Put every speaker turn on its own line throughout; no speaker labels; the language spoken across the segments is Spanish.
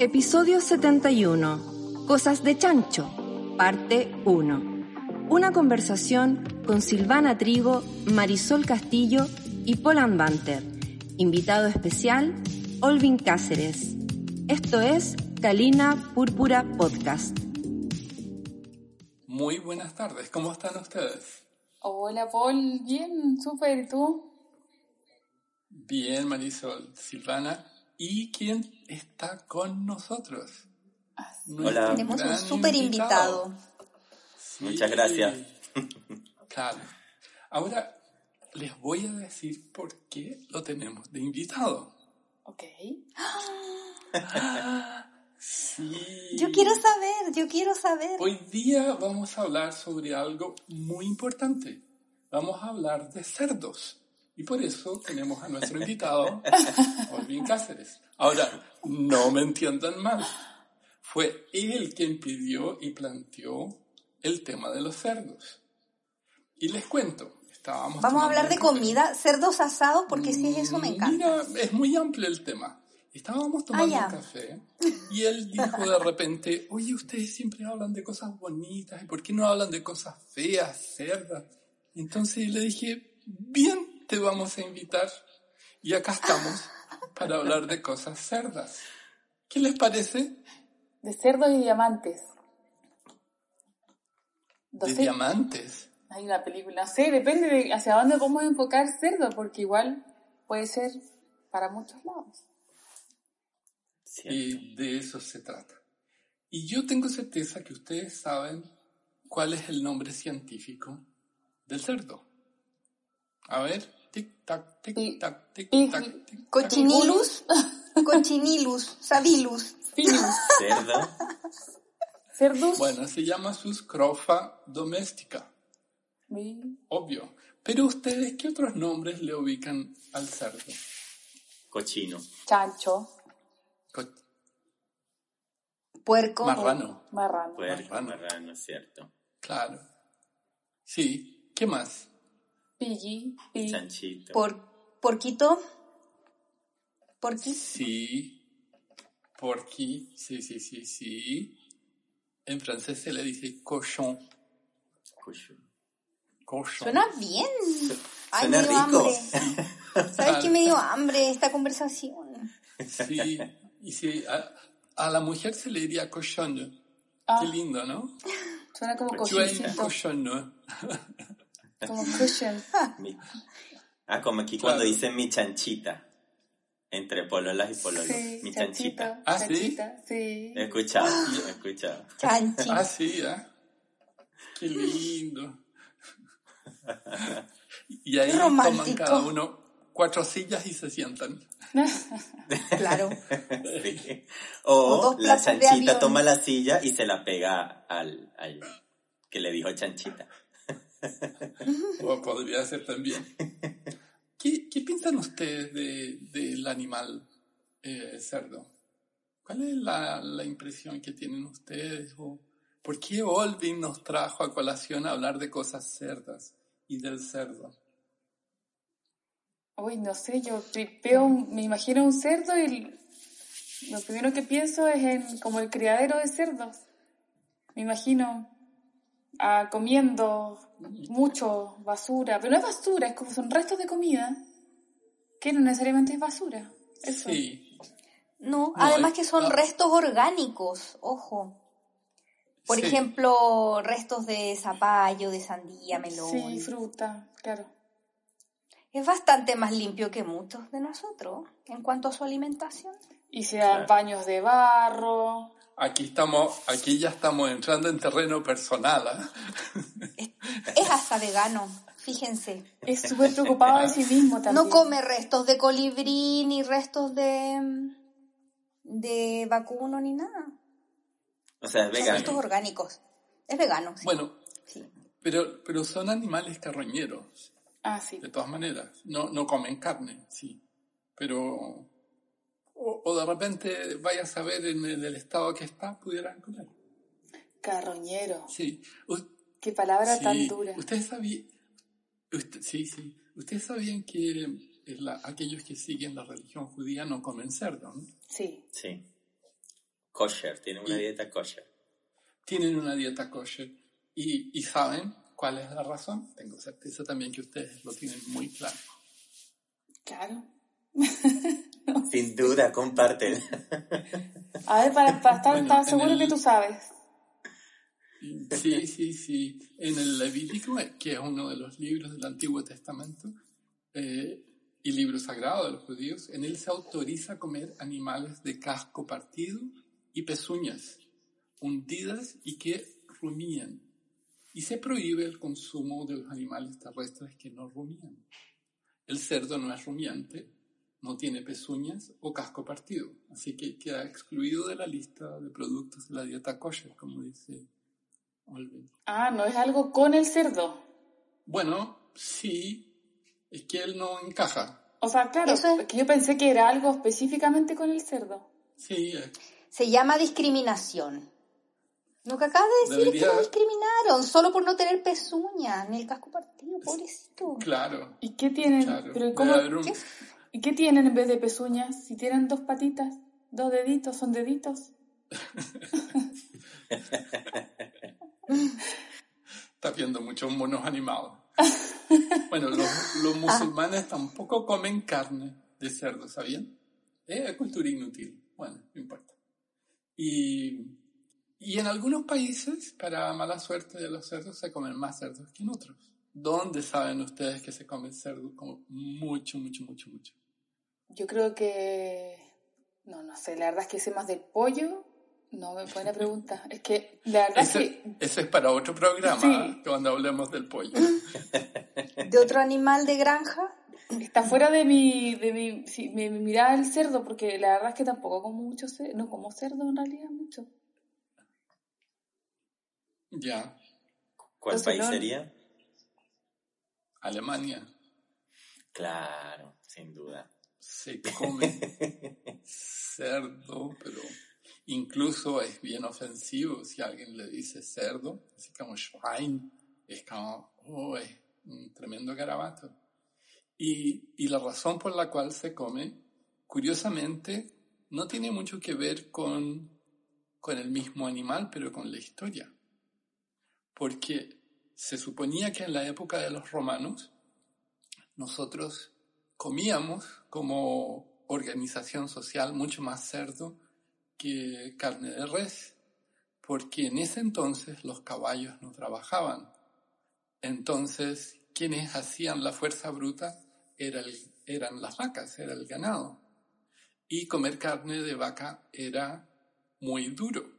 Episodio 71. Cosas de Chancho. Parte 1. Una conversación con Silvana Trigo, Marisol Castillo y Polan Banter. Invitado especial, Olvin Cáceres. Esto es Calina Púrpura Podcast.
Muy buenas tardes, ¿cómo están ustedes?
Hola, Paul. Bien, súper. ¿Y tú?
Bien, Marisol, Silvana. ¿Y quién está con nosotros? Nuestro
Hola.
Tenemos un
gran
súper invitado.
Sí.
Muchas gracias.
Claro. Ahora les voy a decir por qué lo tenemos de invitado.
Ok.
Sí.
Yo quiero saber, yo quiero saber.
Hoy día vamos a hablar sobre algo muy importante. Vamos a hablar de cerdos. Y por eso tenemos a nuestro invitado, Olvin Cáceres. Ahora, no me entiendan mal. Fue él quien pidió y planteó el tema de los cerdos. Y les cuento. Estábamos
Vamos a
tomando
hablar de
un café.
comida, cerdos asados, porque si es eso me encanta. Ah,
Mira, es muy amplio el tema. Estábamos tomando
ya.
un café y él dijo de repente, oye, ustedes siempre hablan de cosas bonitas, ¿y por qué no hablan de cosas feas, cerdas? Entonces le dije, bien, te vamos a invitar. Y acá estamos para hablar de cosas cerdas. ¿Qué les parece?
De cerdos y diamantes. No
De
sé,
diamantes.
Hay una película. No sé, depende de hacia dónde vamos a enfocar cerdo, porque igual puede ser para muchos lados.
Sí.
Y de eso se trata. Y yo tengo certeza que ustedes saben cuál es el nombre científico del cerdo. A ver, tic tac, tic
Pi-
tac, tic
pi-
tac, tic tac.
Cochinilus, cochinilus, sabilus.
Finus.
Cerdo.
Cerdus.
Bueno, se llama Suscrofa doméstica,
Mi-
obvio. Pero ustedes, ¿qué otros nombres le ubican al cerdo?
Cochino.
Chancho.
Co-
Puerco.
Marrano,
Marrano.
Puerco,
Marrano.
marrano, cierto.
claro. Sí, ¿qué más?
Piggy. Pig.
Chanchito.
Por, porquito. Porquis.
Sí, porque, sí, sí, sí, sí. En francés se le dice cochon.
Cuyo.
Cochon.
Suena bien. Ay,
Suena
me dio
rico.
hambre. ¿Sabes qué me dio hambre esta conversación?
Sí, y sí, a, a la mujer se le diría cochon.
Ah,
Qué lindo, ¿no?
suena como
Pues
Yo en
cojincito.
cochon.
Como cushion.
Mi- Ah, como aquí
Claro.
cuando dicen mi chanchita. Entre pololas y pololos.
Sí,
mi
chanchito,
chanchita.
Ah, ¿sí? Eh.
chanchita, sí.
He escuchado, he escuchado.
Chanchi.
Ah, sí, ¿ah? Qué lindo. Y ahí toman
Romántico.
cada uno cuatro sillas y se sientan.
Claro.
Sí.
O
O
dos
la
plazas de
chanchita
avión.
toma la silla y se la pega al, al que le dijo chanchita.
O podría ser también. ¿Qué, qué piensan ustedes de- del animal eh, cerdo? ¿Cuál es la, la impresión que tienen ustedes? ¿O ¿Por qué Olvin nos trajo a colación a hablar de cosas cerdas y del cerdo?
Uy, no sé, yo pri- veo, un- me imagino un cerdo y lo primero que pienso es en como el criadero de cerdos. Me imagino ah, comiendo mucho basura, pero no es basura, es como son restos de comida que no necesariamente es basura. Eso.
Sí.
No, además
eh,
que son
no.
restos orgánicos, ojo. Por
sí.
ejemplo, restos de zapallo, de sandía, melón.
Sí, fruta, claro.
es bastante más limpio que muchos de nosotros en cuanto a su alimentación.
Y se dan
Claro.
baños de barro.
Aquí, estamos, aquí ya estamos entrando en terreno personal. ¿ah?
Es hasta vegano, fíjense.
Es súper preocupado de sí mismo también.
No come restos de colibrí ni restos de de vacuno ni nada.
O sea, es
Son restos
vegano.
orgánicos. Es vegano, sí.
Bueno,
sí.
pero, pero son animales carroñeros.
Ah, sí.
De todas maneras, no, no comen carne, sí. Pero. O, o de repente vaya a saber en el, el estado que está, pudieran comer.
Carroñero.
Sí. U-
Qué palabra
sí.
tan dura.
Ustedes sabían. sí, sí. Ustedes sabían que eh, la- aquellos que siguen la religión judía no comen cerdo, ¿no?
Sí.
Sí. kosher, tienen una dieta kosher.
tienen una dieta kosher y, y saben cuál es la razón. Tengo certeza también que ustedes lo tienen muy claro.
Claro.
Sin duda, comparten.
A ver, para, para estar,
Bueno,
estar
en
seguro
el-
que tú sabes.
Sí, sí, sí. En el Levítico, que es uno de los libros del Antiguo Testamento eh, y libro sagrado de los judíos, en él se autoriza comer animales de casco partido y pezuñas hundidas y que rumían. Y se prohíbe el consumo de los animales terrestres que no rumían. El cerdo no es rumiante, no tiene pezuñas o casco partido, así que queda excluido de la lista de productos de la dieta kosher, como dice Olvin.
Ah, no es algo con el cerdo.
Bueno, sí, es que él no encaja.
O sea, claro,
Eso es-
es que yo pensé que era algo específicamente con el cerdo.
Sí, eh,
Se llama discriminación. Lo que acabas de decir es
Debería-
que lo discriminaron solo por no tener pezuña en el casco partido, pobrecito.
claro,
¿Y qué tienen?
claro.
Pero ¿y
Debe
cómo-
haber un-
¿Qué?
¿Y qué tienen en vez de pezuñas? Si tienen dos patitas, dos deditos, son deditos.
Estás viendo muchos monos animados. bueno, los, los
Ah.
musulmanes tampoco comen carne de cerdo, ¿sabían? Eh, Es cultura inútil. Bueno, no importa. Y, y en algunos países, para mala suerte de los cerdos, se comen más cerdos que en otros. ¿Dónde saben ustedes que se come cerdo? Como mucho, mucho, mucho, mucho.
Yo creo que... No, no sé, la verdad es que sé más del pollo. No, me buena pregunta. Es que la verdad es
Ese,
que...
ese es para otro programa,
Sí.
¿eh? cuando hablemos del pollo.
¿De otro animal de granja?
Está fuera de mi, de mi, sí, mi- mi mirada el cerdo, porque la verdad es que tampoco como mucho cerdo, no como cerdo en realidad mucho.
ya,
¿Cuál
Entonces,
país
no-
sería?
Alemania
Claro, sin duda.
se come cerdo, pero incluso es bien ofensivo si alguien le dice cerdo, así como Schwein, es como, oh, es un tremendo garabato. Y, y la razón por la cual se come, curiosamente, no tiene mucho que ver con, con el mismo animal, pero con la historia. Porque se suponía que en la época de los romanos, nosotros comíamos como organización social mucho más cerdo que carne de res, porque en ese entonces los caballos no trabajaban. Entonces, quienes hacían la fuerza bruta era el- eran las vacas, era el ganado. Y comer carne de vaca era muy duro.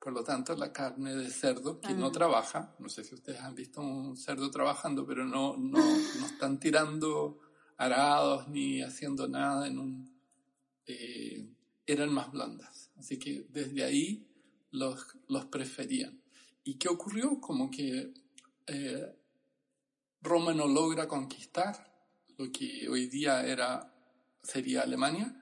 Por lo tanto, la carne de cerdo que no trabaja, no sé si ustedes han visto un cerdo trabajando, pero no, no, no están tirando arados ni haciendo nada en un... eh, eran más blandas. Así que desde ahí los, los preferían. ¿Y qué ocurrió? Como que eh, Roma no logra conquistar lo que hoy día era, sería Alemania,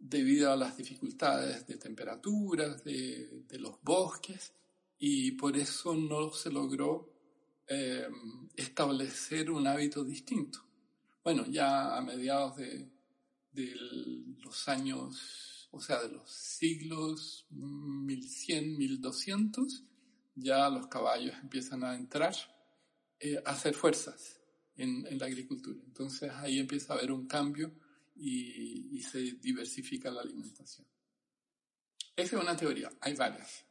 debido a las dificultades de temperaturas, de, de los bosques, y por eso no se logró eh, establecer un hábito distinto. Bueno, ya a mediados de, de los años, o sea, de los siglos 1100, 1200, ya los caballos empiezan a entrar eh, a hacer fuerzas en, en la agricultura. Entonces ahí empieza a haber un cambio y, y se diversifica la alimentación. Esa es una teoría, hay varias,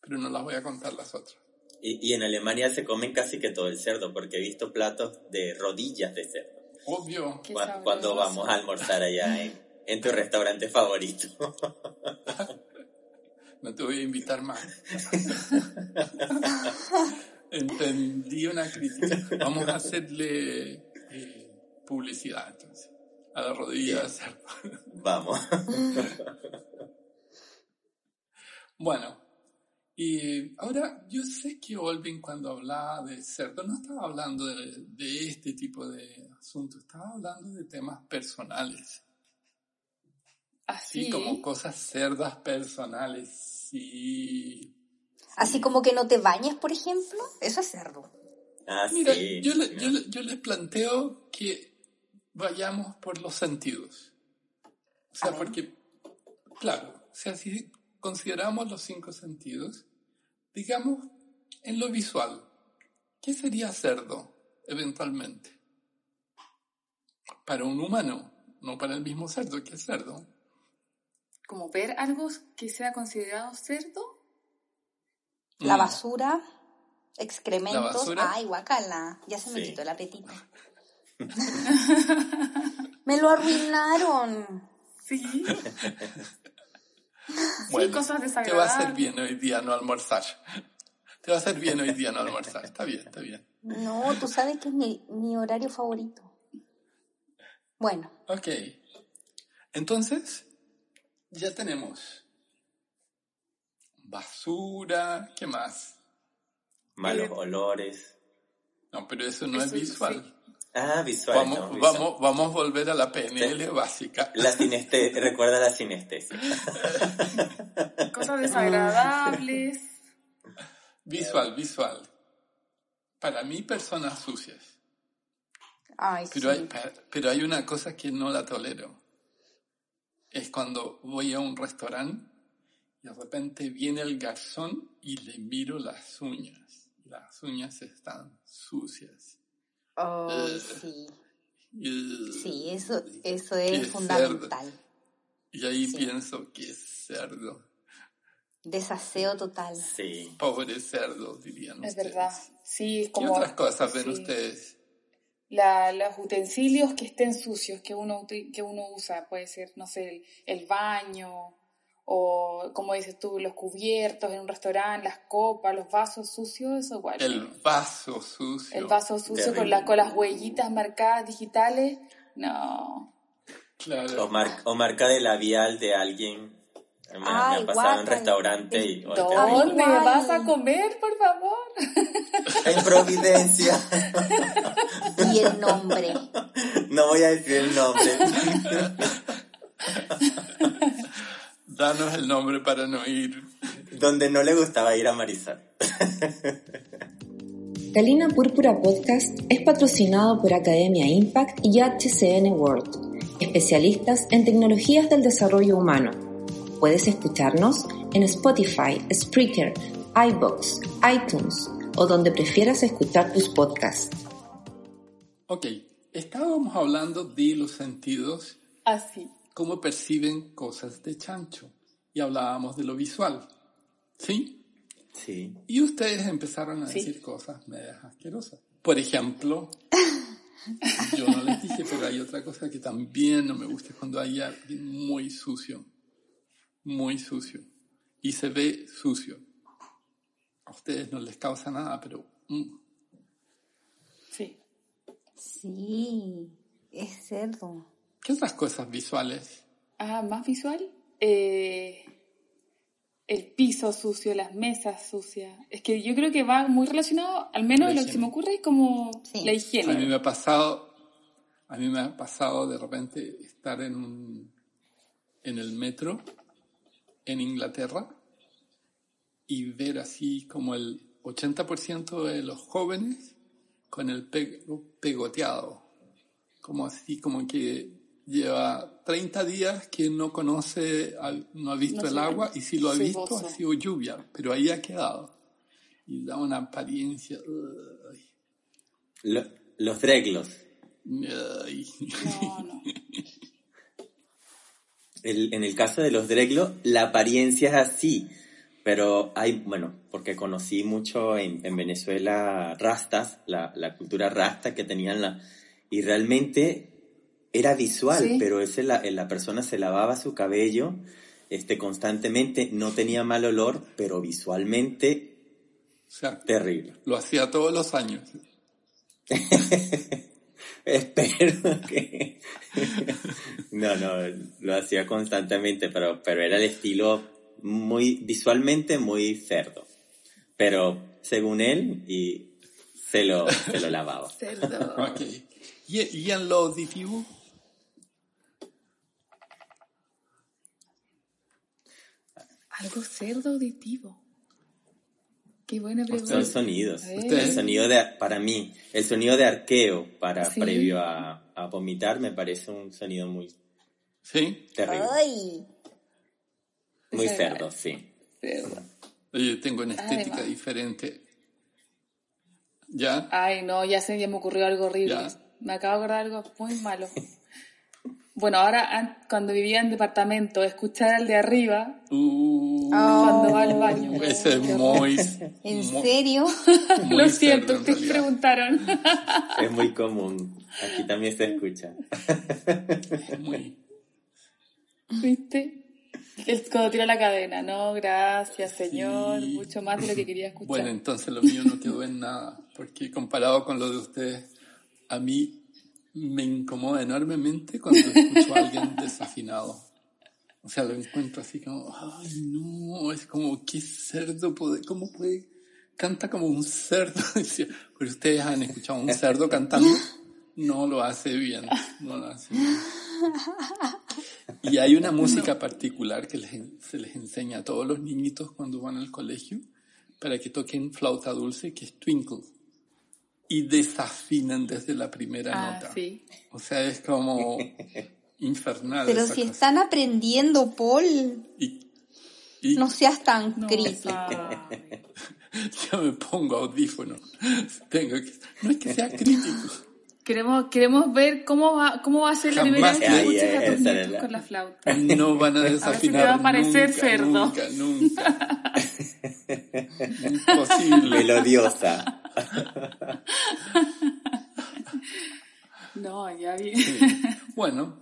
pero no las voy a contar las otras.
Y, y en Alemania se comen casi que todo el cerdo, porque he visto platos de rodillas de cerdo.
Obvio,
Qué
Cu-
sabroso.
Cuando vamos a almorzar allá en, en tu restaurante favorito.
no te voy a invitar más. Entendí una crítica. Vamos a hacerle eh, publicidad entonces a la rodilla de cerdo.
Vamos.
Bueno, y ahora yo sé que Olvin cuando hablaba de cerdo no estaba hablando de, de este tipo de asuntos, estaba hablando de temas personales, sí,
Así.
como cosas cerdas personales, sí.
Así como que no te bañes, por ejemplo. Eso es cerdo.
Ah,
Mira,
sí.
yo, le- yo le- yo les planteo que vayamos por los sentidos. O sea, porque, claro, si así consideramos los cinco sentidos, digamos en lo visual, ¿qué sería cerdo eventualmente? Para un humano, no para el mismo cerdo que es cerdo.
Como ver algo que sea considerado cerdo.
La
Mm.
basura, excrementos.
La basura.
Ay, guacala. Ya se me
Sí.
quitó el apetito. me lo arruinaron.
Sí.
Bueno,
cosas
Te va a hacer
desagradables.
bien hoy día no almorzar. Te va a hacer bien hoy día no almorzar. Está bien, está bien.
No, tú sabes que es mi, mi horario favorito. Bueno,
Ok. Entonces, ya tenemos basura, ¿qué más?
Malos
Eh,
olores.
No, pero eso no es
Eso sí.
visual.
Ah, visual.
Vamos,
no, visual.
vamos, vamos a volver a la PNL básica.
La sineste recuerda la sinestesia.
Cosas desagradables.
Visual, visual. Para mí, personas sucias.
ay,
Pero
sí.
hay, pero hay una cosa que no la tolero. Es cuando voy a un restaurante y de repente viene el garzón y le miro las uñas. Las uñas están sucias.
Ay, sí.
Y,
Sí, eso, eso
eh, Qué
es
cerdo.
fundamental.
y ahí
sí.
pienso, qué cerdo.
Desaseo total.
Sí.
Pobre cerdo, dirían
Es
ustedes.
verdad. Sí, es
¿Qué
como.
otras cosas ven
sí.
ustedes?
La- los utensilios que estén sucios que uno, uti- que uno usa, puede ser, no sé, el, el baño o, como dices tú, los cubiertos en un restaurante, las copas, los vasos sucios, eso igual.
El vaso sucio.
El vaso sucio
Terrible.
con, la- con las huellitas marcadas digitales, no.
Claro.
O, mar- o marca de labial de alguien. Me, ha- me ha
Ay,
pasado en
guácala.
restaurante y. oh, terrible.
¿Dónde
Igual.
vas a comer, por favor?
En Providencia.
Y el nombre.
No voy a decir el nombre.
Danos el nombre para no ir.
Donde no le gustaba ir a Marisol.
Galina Púrpura Podcast es patrocinado por Academia Impact y HCN World, especialistas en tecnologías del desarrollo humano. Puedes escucharnos en Spotify, Spreaker, iBox, iTunes o donde prefieras escuchar tus podcasts.
Ok, estábamos hablando de los sentidos,
Así.
cómo perciben cosas de chancho, y hablábamos de lo visual, ¿sí?
Sí.
Y ustedes empezaron a
Sí.
decir cosas medias asquerosas. Por ejemplo, yo no les dije, pero hay otra cosa que también no me gusta es cuando hay alguien muy sucio, muy sucio, y se ve sucio. A ustedes no les causa nada, pero mm,
Sí.
Sí, es cerdo.
¿qué otras cosas visuales?
Ah, más visual. Eh, el piso sucio, las mesas sucias. Es que yo creo que va muy relacionado, al menos
La
lo que se
higiene.
me ocurre es como
Sí.
la
A mí
higiene.
me ha pasado, a mí me ha pasado de repente estar en un, en el metro en Inglaterra y ver así como el 80% de los jóvenes con el pego- pegoteado, como así como que lleva 30 días que no conoce, al- no ha visto
No
el
sé,
agua y si lo ha visto
ceboso.
ha sido lluvia, pero ahí ha quedado y da una apariencia. ay,
Lo- los dreglos.
ay.
No, no.
El- en el caso de los dreglos, la apariencia es así. Pero hay, bueno, porque conocí mucho en, en Venezuela rastas, la, la cultura rasta que tenían la... Y realmente era visual,
Sí.
pero ese la, la persona se lavaba su cabello este, constantemente, no tenía mal olor, pero visualmente
O sea,
terrible.
Lo hacía todos los años.
Espero que... no, no, lo hacía constantemente, pero, pero era el estilo muy, visualmente muy cerdo. Pero según él, y se lo, se lo lavaba.
Ok. ¿Y, y en lo auditivo?
Algo cerdo auditivo. Qué buena
Son
pregunta.
sonidos. El
Ustedes-
sonido de, para mí, el sonido de arqueo para,
Sí.
previo a, a vomitar me parece un sonido muy
¿Sí?
terrible.
Ay,
Muy
Ese-
cerdo, sí.
cerdo.
Oye, tengo una estética
Además.
diferente. ¿Ya?
Ay, no, ya se ya me ocurrió algo horrible.
Ya.
Me acabo de acordar algo muy malo. Bueno, ahora an- cuando vivía en departamento, escuchar al de arriba
Uh,
Ah, cuando va al baño.
ese es
Qué horror.
muy...
¿En
muy-
serio?
muy
Lo
cerdo,
siento,
en
ustedes
realidad.
preguntaron.
Es muy común. Aquí también se escucha.
Muy-
¿Viste? El- Cuando tira la cadena, no, gracias, señor.
Sí.
Mucho más de lo que quería escuchar.
Bueno, entonces lo mío no quedó en nada, porque comparado con lo de ustedes, a mí me incomoda enormemente cuando escucho a alguien desafinado. O sea, lo encuentro así como, ay, no, es como, qué cerdo, puede, ¿cómo puede? Canta como un cerdo. Decía, Pero ustedes han escuchado a un cerdo cantando. No lo hace bien, no lo hace bien. Y hay una música particular que les en- se les enseña a todos los niñitos cuando van al colegio para que toquen flauta dulce, que es Twinkle. Y desafinan desde la primera
ah,
nota.
sí.
O sea, es como infernal.
Pero
esa
si
cosa.
están aprendiendo, Paul,
Y, y
no seas tan
No,
creepy.
sabe.
yo me pongo audífono. Tengo que, no es que sea crítico.
Queremos, queremos ver cómo va, cómo va a ser la primera
Jamás
vez que
creí.
escuches
Ay,
a
ay,
tus
esa
nietos
era.
con la flauta.
No van a
Ahora sí
desafinar.
te va a parecer
nunca,
cerdo.
Nunca, nunca. Imposible.
Melodiosa.
No, ya vi.
Bueno,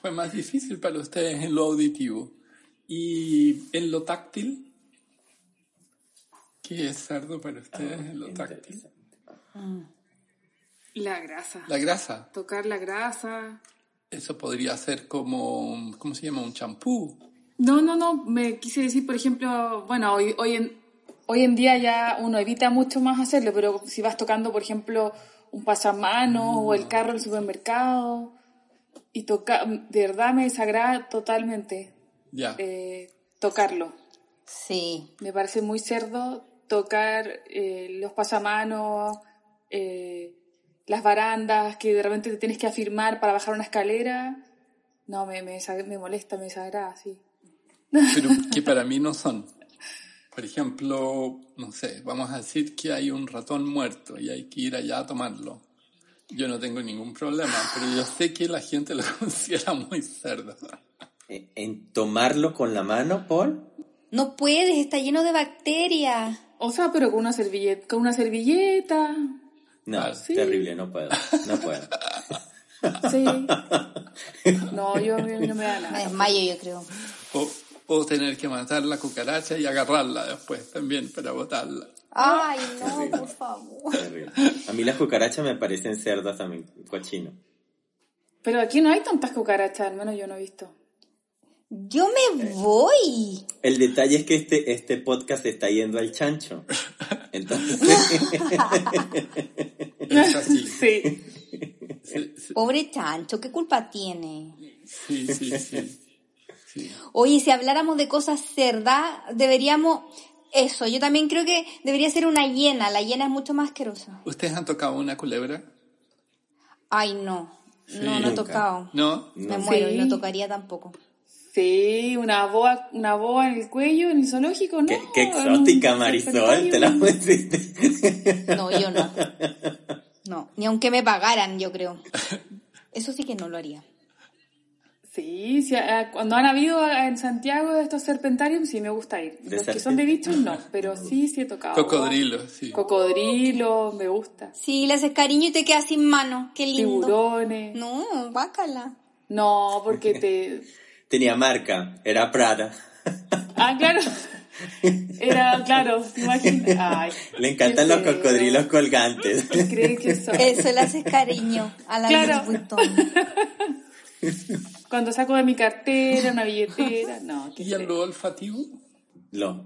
fue más difícil para ustedes en lo auditivo. Y en lo táctil, ¿qué es cerdo para ustedes
Ah,
en lo táctil?
Interesante.
La grasa.
La grasa.
Tocar la grasa.
Eso podría ser como, ¿cómo se llama? Un champú.
No, no, no. Me quise decir, por ejemplo, bueno, hoy, hoy, en, hoy en día ya uno evita mucho más hacerlo, pero si vas tocando, por ejemplo, un pasamanos o el carro del supermercado, y toca, de verdad me desagrada totalmente
Ya.
eh, tocarlo.
Sí.
Me parece muy cerdo tocar eh, los pasamanos, eh, las barandas, que de repente te tienes que afirmar para bajar una escalera. No, me, me, desa- me molesta, me desagrada, sí.
pero que para mí no son. Por ejemplo, no sé, vamos a decir que hay un ratón muerto y hay que ir allá a tomarlo. Yo no tengo ningún problema, pero yo sé que la gente lo considera muy cerdo.
En- En tomarlo con la mano, Paul.
No puedes, está lleno de bacterias.
O sea, pero con una servilleta, con una servilleta.
No,
Ah,
sí.
terrible, no puedo. No puedo.
Sí. No, yo no me da
Me
nada.
desmayo, yo creo.
O, o tener que matar la cucaracha y agarrarla después también para botarla.
Ay, no, por favor.
terrible. A mí las cucarachas me parecen cerdas también, cochino.
Pero aquí no hay tantas cucarachas, al menos yo no he visto.
Yo me voy.
El detalle es que este, este podcast se está yendo al chancho. Entonces,
Es así.
Sí.
Sí, sí,
Pobre chancho, ¿qué culpa tiene?
sí, sí, sí. Sí.
Oye, si habláramos de cosas cerdas, deberíamos... Eso, yo también creo que debería ser una hiena. La hiena es mucho más asquerosa.
¿Ustedes han tocado una culebra?
Ay, no.
Sí.
no, no he
Nunca.
tocado.
¿No?
No.
Me muero y no
Sí.
tocaría tampoco.
Sí, una boa, una boa en el cuello, en el zoológico, ¿no?
qué, qué
en un
exótica, Marisol,
serpentario.
te la pusiste.
No, yo no. No, ni aunque me pagaran, yo creo. Eso sí que no lo haría.
Sí, sí, eh, cuando han habido en Santiago estos serpentarios, sí me gusta ir.
De
Los que son de bichos, no, pero sí, sí he tocado.
Cocodrilo, sí.
Cocodrilo, me gusta.
Sí, le haces cariño y te quedas sin mano. Qué lindo.
Tiburones. No.
No, guácala.
porque te...
Tenía marca, era Prada.
Ah, claro. Era, claro, te imaginas. Ay,
Le encantan los
qué feo.
cocodrilos colgantes.
¿Qué crees que son?
Eso, le haces cariño a la
Claro.
Louis Vuitton.
Cuando saco de mi cartera una billetera, no. qué
¿Y en
feo.
lo olfativo?
Los,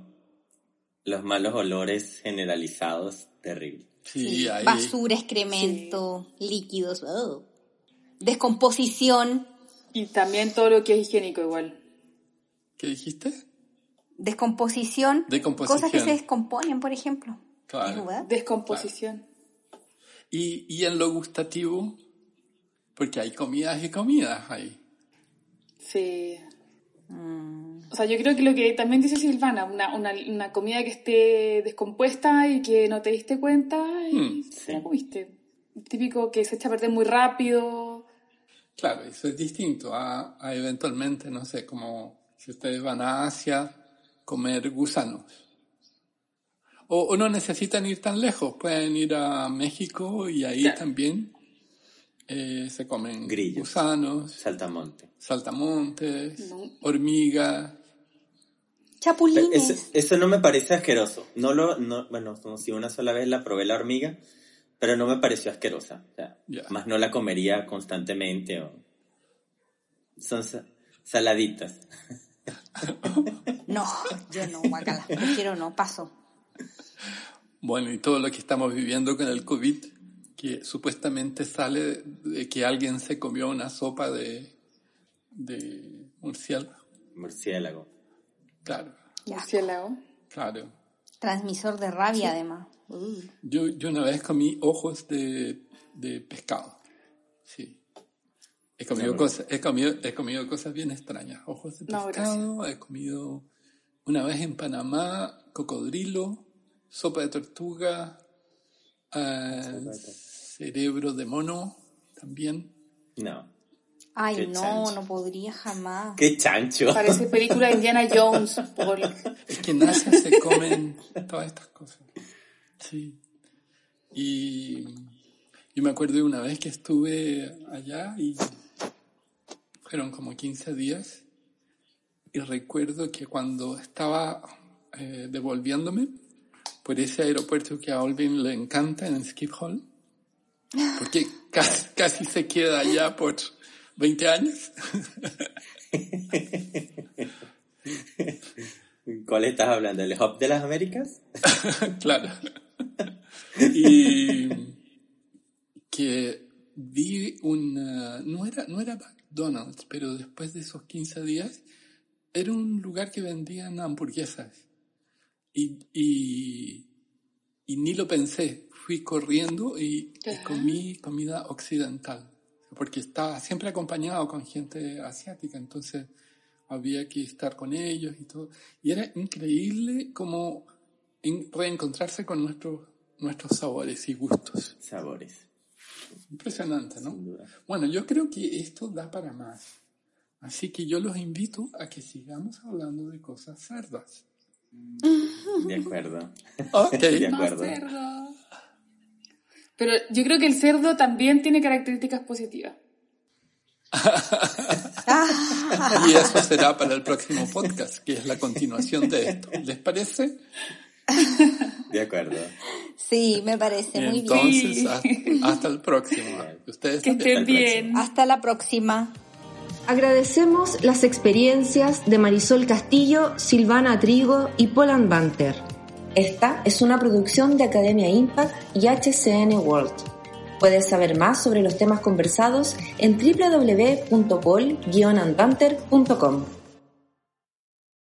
los malos olores generalizados, terrible.
Sí,
Sí,
ahí.
Basura, excremento, líquidos. oh. Descomposición.
Y también todo lo que es higiénico igual.
¿Qué dijiste?
Descomposición.
Descomposición.
Cosas que se descomponen, por ejemplo.
Claro.
Es verdad.
Descomposición.
Y, y en lo gustativo, porque hay comidas y comidas ahí.
Sí. O sea, yo creo que lo que también dice Silvana, una, una, una comida que esté descompuesta y que no te diste cuenta y
Mm,
te la comiste. Típico que se echa a perder muy rápido.
Claro, eso es distinto a, a eventualmente, no sé, como si ustedes van a Asia, comer gusanos. O, o no necesitan ir tan lejos, pueden ir a México y ahí
Claro.
también eh, se comen
Grillos.
gusanos,
Saltamonte.
saltamontes,
No.
hormigas.
Pero
Chapulines.
Eso, eso no me parece asqueroso. No lo, no, bueno, como si una sola vez la probé la hormiga, pero no me pareció asquerosa. O sea,
Ya.
Más no la comería constantemente. o- Son sa- saladitas.
No, yo no, guacala. Prefiero no, paso.
Bueno, y todo lo que estamos viviendo con el COVID, que supuestamente sale de que alguien se comió una sopa de, de murciélago.
Murciélago.
Claro,
Qué asco.
Murciélago.
claro.
Transmisor de rabia, además. Uy.
Yo, yo una vez comí ojos de, de pescado. Sí. He comido,
No,
cosas, he, comido, he comido cosas bien extrañas. Ojos de
No,
pescado, he comido una vez en Panamá cocodrilo, sopa de tortuga, eh, cerebro de mono también.
No.
Ay,
Qué
no,
chancho.
no podría jamás.
¡Qué chancho!
Parece película de Indiana Jones. Por...
Es que en Asia se comen todas estas cosas. Sí. Y yo me acuerdo de una vez que estuve allá y fueron como 15 días. Y recuerdo que cuando estaba eh, devolviéndome por ese aeropuerto que a Olvin le encanta en Skip Hall, porque casi, casi se queda allá por 20 años.
¿Cuál estás hablando? ¿El Hop de las Américas?
Claro. Y que vi una... No era, no era McDonald's, pero después de esos 15 días era un lugar que vendían hamburguesas. Y, y, y ni lo pensé. Fui corriendo y, y
Ya.
comí comida occidental. Porque estaba siempre acompañado con gente asiática, entonces había que estar con ellos y todo. Y era increíble como en- reencontrarse con nuestros nuestros sabores y gustos.
Sabores,
Impresionante, ¿no?
sin duda.
Bueno, yo creo que esto da para más. Así que yo los invito a que sigamos hablando de cosas cerdas.
De acuerdo.
Ok.
De
Más
acuerdo.
cerdo. Pero yo creo que el cerdo también tiene características positivas.
Y eso será para el próximo podcast, que es la continuación de esto. ¿Les parece?
De acuerdo.
Sí, me parece muy bien.
Entonces,
Sí.
hasta, hasta el próximo. Ustedes
Que
también.
estén
Hasta el próximo.
bien.
Hasta la próxima.
Agradecemos las experiencias de Marisol Castillo, Silvana Trigo y Poland Banter. Esta es una producción de Academia Impact y HCN World. Puedes saber más sobre los temas conversados en www.pol-andbanter.com.